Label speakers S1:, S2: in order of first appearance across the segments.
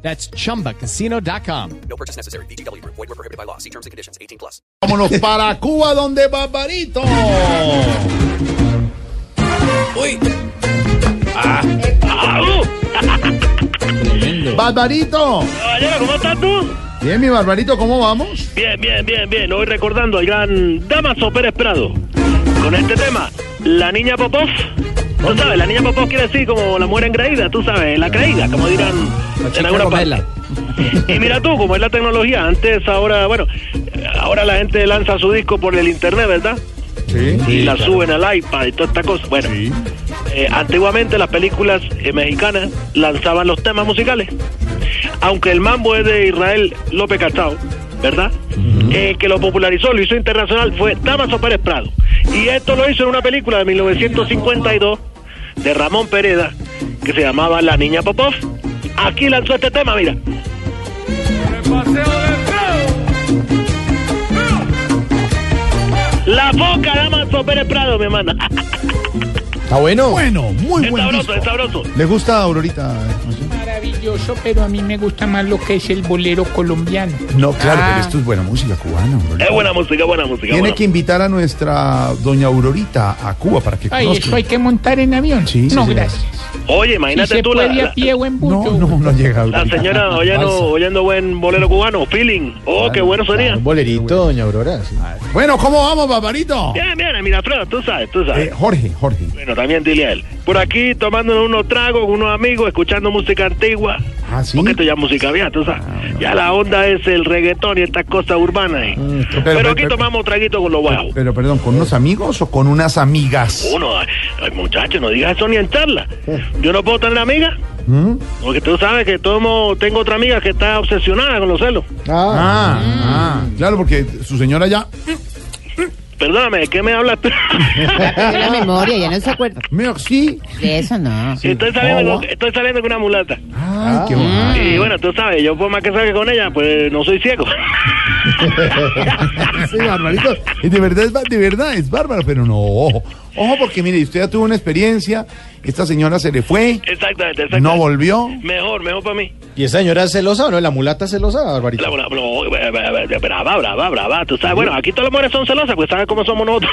S1: That's chumbacasino.com.
S2: No purchase necessary. BGW. Void were prohibited by law. See terms and conditions. 18 plus.
S3: Vámonos para Cuba, donde Barbarito.
S4: Uy,
S3: Barbarito.
S5: Caballero, ¿cómo estás tú?
S3: Bien, mi Barbarito, ¿cómo vamos?
S5: Bien, bien, bien, bien. Hoy recordando al gran Damaso Pérez Prado con este tema, la niña Popov. Tú sabes, la niña Popov quiere decir como la mujer engreída, tú sabes, la creída, como dirán en alguna parte. Y mira tú, como es la tecnología, antes, ahora, bueno, ahora la gente lanza su disco por el internet, ¿verdad?
S3: Sí.
S5: y la suben al iPad y toda esta cosa. Bueno, eh, antiguamente las películas eh, mexicanas lanzaban los temas musicales. Aunque el mambo es de Israel López Castao, ¿verdad? Eh, que lo popularizó, lo hizo internacional, fue Damaso Pérez Prado. Y esto lo hizo en una película de 1952 de Ramón Pereda que se llamaba La Niña Popov. Aquí lanzó este tema, mira. La boca de Damaso Pérez Prado, mi hermana.
S3: ¿Está bueno? Bueno, muy
S5: Es
S3: bueno.
S5: sabroso, es sabroso.
S3: ¿Le gusta Aurorita? esta canción?
S6: Maravilloso, pero a mí me gusta más lo que es el bolero colombiano.
S3: No, claro,
S6: Ah.
S3: pero esto es buena música cubana. Aurorita.
S5: Es buena música, buena música.
S3: Tiene
S5: buena
S3: que invitar a nuestra doña Aurorita a Cuba para que
S6: Ay, eso
S3: conozca.
S6: hay que montar en avión.
S3: Sí, sí,
S6: no,
S3: señor.
S6: gracias.
S5: Oye,
S6: Si
S5: imagínate
S6: se
S5: tú la,
S6: puede
S5: la-
S6: a pie o en
S3: No,
S6: bulto.
S3: no, no llega
S5: la
S3: Aurorita.
S5: señora oyendo, oyendo buen bolero cubano, feeling. Oh, qué bueno sería.
S3: bolerito, doña Aurora. Bueno, ¿cómo vamos, Barbarito?
S5: Bien, bien, mira, Alfredo, tú sabes, tú sabes.
S3: Eh, Jorge, Jorge.
S5: Bueno, también dile a él. Por aquí tomándonos unos tragos con unos amigos, escuchando música antigua.
S3: Ah, ¿sí? Ah,
S5: Porque esto ya es música vieja, tú sabes. Ya la onda es el reggaetón y estas cosas urbanas. eh.
S3: Mm,
S5: pero,
S3: pero-
S5: aquí
S3: pero-
S5: tomamos traguito con los guajos.
S3: Pero perdón, ¿con unos amigos o con unas amigas?
S5: Uno, ay, ay, muchacho, no digas eso ni en charla. Yo no puedo tener amiga.
S3: ¿Mm?
S5: Porque tú sabes que tomo, tengo otra amiga que está obsesionada con los celos.
S3: Ah, ah, claro, porque su señora ya
S5: Perdóname, ¿de qué me hablas tú?
S7: Perdió la memoria, ya no se acuerda
S3: Merci.
S7: de eso, no.
S5: estoy, saliendo
S3: Oh,
S5: con, estoy saliendo con una mulata.
S3: Ay, qué bueno.
S8: Ah.
S5: Y bueno, tú sabes, yo por más que salga con ella, pues no soy ciego.
S3: Sí, Barbarito. Y de verdad, es ba- de verdad es bárbaro, pero no, ojo. Ojo, porque mire, usted ya tuvo una experiencia, esta señora se le fue,
S5: exactamente, exactamente.
S3: no volvió.
S5: Mejor, mejor para mí.
S8: ¿Y esa señora es celosa o no? ¿La mulata es celosa, Barbarito?
S5: La- eh, la- la- la- Brava, brava, brava. Tú sabes, bueno, aquí todas las mujeres son celosas, pues sabes cómo somos nosotros.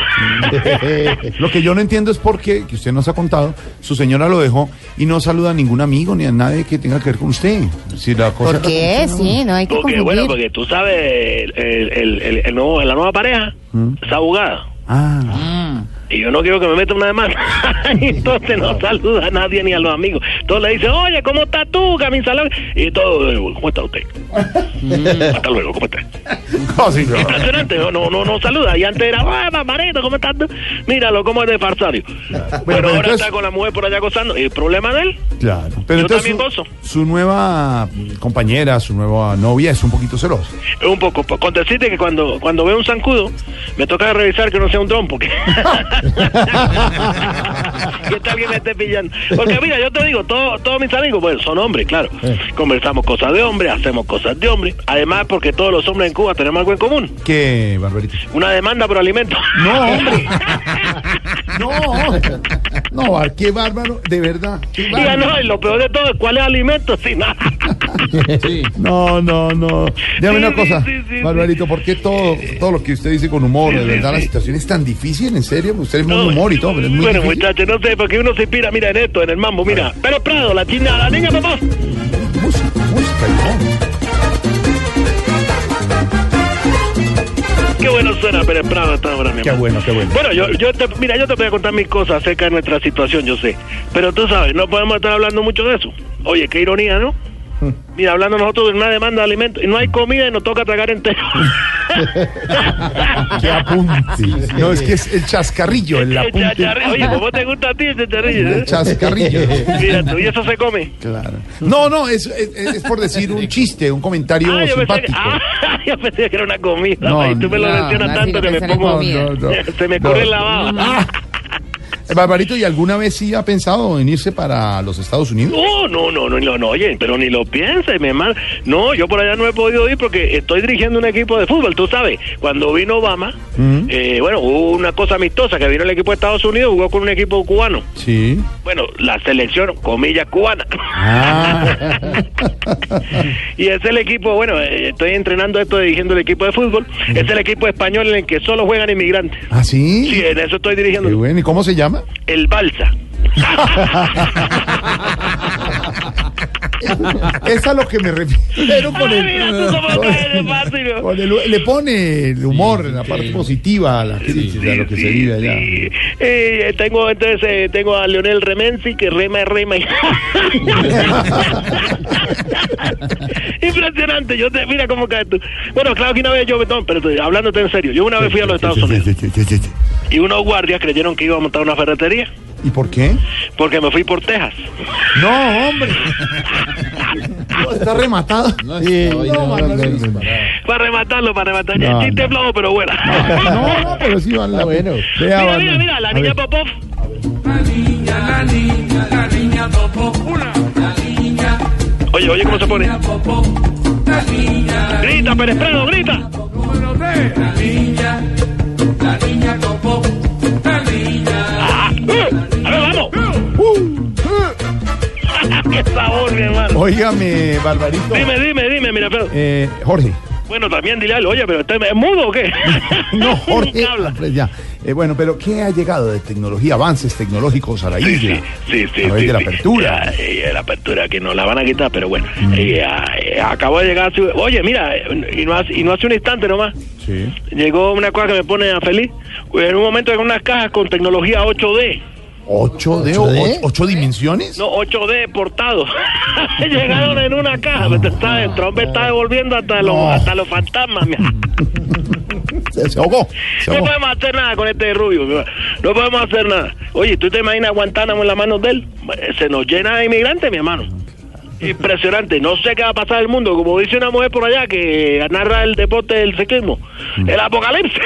S3: Lo que yo no entiendo es por qué, que usted nos ha contado, su señora lo dejó y no saluda a ningún amigo ni a nadie que tenga que ver con usted. Si la cosa
S7: ¿Por qué? Sí, no hay que
S5: Porque, bueno, porque
S7: confundir.
S5: tú sabes, el, el- el- el nuevo- la nueva pareja
S8: Mm.
S5: es abogada.
S3: Ah,
S5: Y yo no quiero que me meta una de más. Entonces no saluda a nadie ni a los amigos. Todos le dicen, oye, ¿cómo estás tú, Camisalón? Y todo, eh, ¿cómo está usted? Hasta luego, ¿cómo está?
S3: casi no.
S5: Impresionante, no, no, no, no saluda. Y antes era, ¡ah, Barbarito, ¿cómo estás tú? Míralo, cómo es de farsario. Pero
S3: pero
S5: ahora
S3: entonces-
S5: está con la mujer por allá gozando. ¿Y el problema de él?
S3: Claro.
S5: Yo
S3: Pero entonces
S5: también
S3: su,
S5: gozo.
S3: su nueva mm, compañera, su nueva novia es un poquito celosa.
S5: Es un poco. po- Con decirte que cuando, cuando veo un zancudo, me toca revisar que no sea un dron, porque. que tal alguien me esté pillando. Porque mira, yo te digo, todo- todos mis amigos, pues son hombres, claro. Conversamos cosas de hombres, hacemos cosas de hombres. Además, porque todos los hombres en Cuba tenemos algo en común:
S3: ¿Qué, Barbarito?
S5: una demanda por alimentos.
S3: No, hombre. No, no, ah, qué bárbaro, de verdad. qué
S5: Y ya
S3: bárbaro.
S5: no, y lo peor de todo es cuáles alimentos sin nada.
S3: No, no, no. Dígame
S5: Sí,
S3: una
S5: sí,
S3: cosa,
S5: sí, sí,
S3: Barbarito, ¿por qué todo, todo lo que usted dice con humor?
S5: Sí,
S3: de
S5: sí,
S3: verdad, la
S5: sí.
S3: situación es tan difícil, en serio. Usted es muy
S5: No,
S3: humor y todo, pero es muy
S5: bueno,
S3: difícil.
S5: muchachos, no sé, porque uno se inspira, mira en esto, en el mambo, mira. Pero Prado, la china, la niña, papá.
S3: Música, música y
S5: Qué bueno suena Pérez Prado hasta ahora, mi
S3: Qué
S5: hermano.
S3: bueno, qué bueno.
S5: Bueno, yo, yo te, mira, yo te voy a contar mis cosas acerca de nuestra situación, yo sé. Pero tú sabes, no podemos estar hablando mucho de eso. Oye, qué ironía, ¿no?
S3: todo.
S5: Mira, hablando nosotros de una demanda de alimentos, y no hay comida y nos toca tragar entero.
S3: Qué apunte. No, es que es el chascarrillo, el
S5: El
S3: apunte.
S5: chacharrillo. Oye, ¿cómo te gusta a ti el chacharrillo? eh?
S3: El chascarrillo.
S5: Mira, tú, y eso se come.
S3: Claro. No, no, es, es- es por decir un chiste, un comentario
S5: Ah, yo pensé, que,
S3: simpático.
S5: ah, yo pensé que era una comida.
S3: No,
S5: y tú me lo
S7: no,
S5: mencionas
S7: no,
S5: tanto que
S7: sí,
S5: me
S7: pensar en
S5: pongo.
S7: comida.
S5: Se me corre el lavado.
S3: Ah. Barbarito, ¿y alguna vez sí ha pensado en irse para los Estados Unidos?
S5: No, no, no, no, no, no, oye, pero ni lo pienses, mi hermano. No, yo por allá no he podido ir porque estoy dirigiendo un equipo de fútbol, tú sabes. Cuando vino Obama, eh, bueno, hubo una cosa amistosa que vino el equipo de Estados Unidos, jugó con un equipo cubano.
S3: Sí.
S5: Bueno, la selección, comillas, cubana.
S3: Ah.
S5: y es el equipo, bueno, eh, estoy entrenando esto, dirigiendo el equipo de fútbol. Es el equipo español en el que solo juegan inmigrantes.
S3: ¿Ah, sí?
S5: Sí, en eso estoy dirigiendo.
S3: Qué bueno, ¿y cómo se llama?
S5: El Balsa.
S3: Es a lo que me refiero con
S5: Ay, mira, tú cómo caes de fácil,
S3: el,
S5: ¿no?
S3: con el- Le pone el humor, la parte positiva a la crisis, a lo que se vive allá.
S5: Sí. Eh, tengo entonces eh, tengo a Leonel Remensi que rema y rema. y- Impresionante, yo te mira cómo caes tú. Bueno, claro que una vez yo, no, pero estoy hablándote en serio, yo una vez fui a los Estados Unidos y unos guardias creyeron que iba a montar una ferretería
S3: ¿Y por qué?
S5: porque me fui por Texas.
S3: No, hombre. No, está rematado.
S8: No, estoy, no, no, no, no, no.
S5: Para rematarlo, para rematar.
S3: No,
S5: el chiste
S3: no.
S5: es flojo, pero bueno.
S3: No, no, pero sí van la
S8: Ah, bueno.
S3: Vea,
S5: mira,
S3: van-
S5: mira, mira, la
S3: a
S5: niña
S3: ver.
S5: Popov. Oye, oye, ¿cómo se pone? Grita, Pérez Prado, grita. Ah, uh, a ver, vamos.
S3: Uh.
S5: Qué sabor, mi hermano.
S3: Óigame, Barbarito.
S5: Dime, dime, dime, mira, pero.
S3: Eh, Jorge.
S5: Bueno, también dile algo, oye, pero ¿usted es mudo o qué?
S3: No, Jorge.
S5: Nunca habla.
S3: Alfred, ya. Eh, bueno, pero ¿qué ha llegado de tecnología, avances tecnológicos a la
S5: Sí,
S3: isla?
S5: Sí, sí, sí.
S3: A través
S5: sí,
S3: de la
S5: sí.
S3: apertura. Mm.
S5: Ya, eh, la apertura, que nos la van a quitar, pero bueno. Eh, ah, eh, acabo de llegar. a su- Oye, mira, eh, y no hace, y no hace un instante nomás.
S3: Sí.
S5: Llegó una cosa que me pone a feliz. En un momento en unas cajas con tecnología 8D.
S3: ¿Ocho de
S8: ¿Ocho de?
S3: ocho- ocho dimensiones?
S5: No, 8D portado. Llegaron en una caja. pero tú sabes, Trump está devolviendo hasta los,
S3: Ah. No.
S5: hasta los fantasmas. mira.
S3: Se, se ahogó. Se
S5: No
S3: ahogó.
S5: podemos hacer nada con este rubio. mi hermano. No podemos hacer nada. Oye, ¿tú te imaginas Guantánamo en las manos de él? Eh, Se nos llena de inmigrantes, mi hermano. Impresionante. No sé qué va a pasar en el mundo. Como dice una mujer por allá que narra el deporte del ciclismo.
S3: Mm.
S5: El apocalipsis.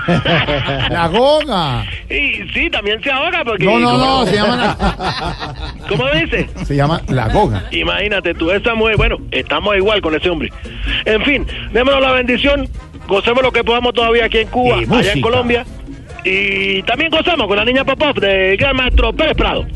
S3: La goga.
S5: y sí, también se ahoga porque...
S3: No, no,
S5: ¿cómo-
S3: no, se llama,
S5: ¿Cómo dice?
S3: se llama la goga.
S5: Imagínate tú, esa mujer, bueno, estamos igual con ese hombre. En fin, démonos la bendición, gocemos lo que podamos todavía aquí en Cuba,
S3: Y
S5: allá en
S3: música.
S5: Colombia. Y también gozamos con la niña Popov del gran maestro Pérez Prado.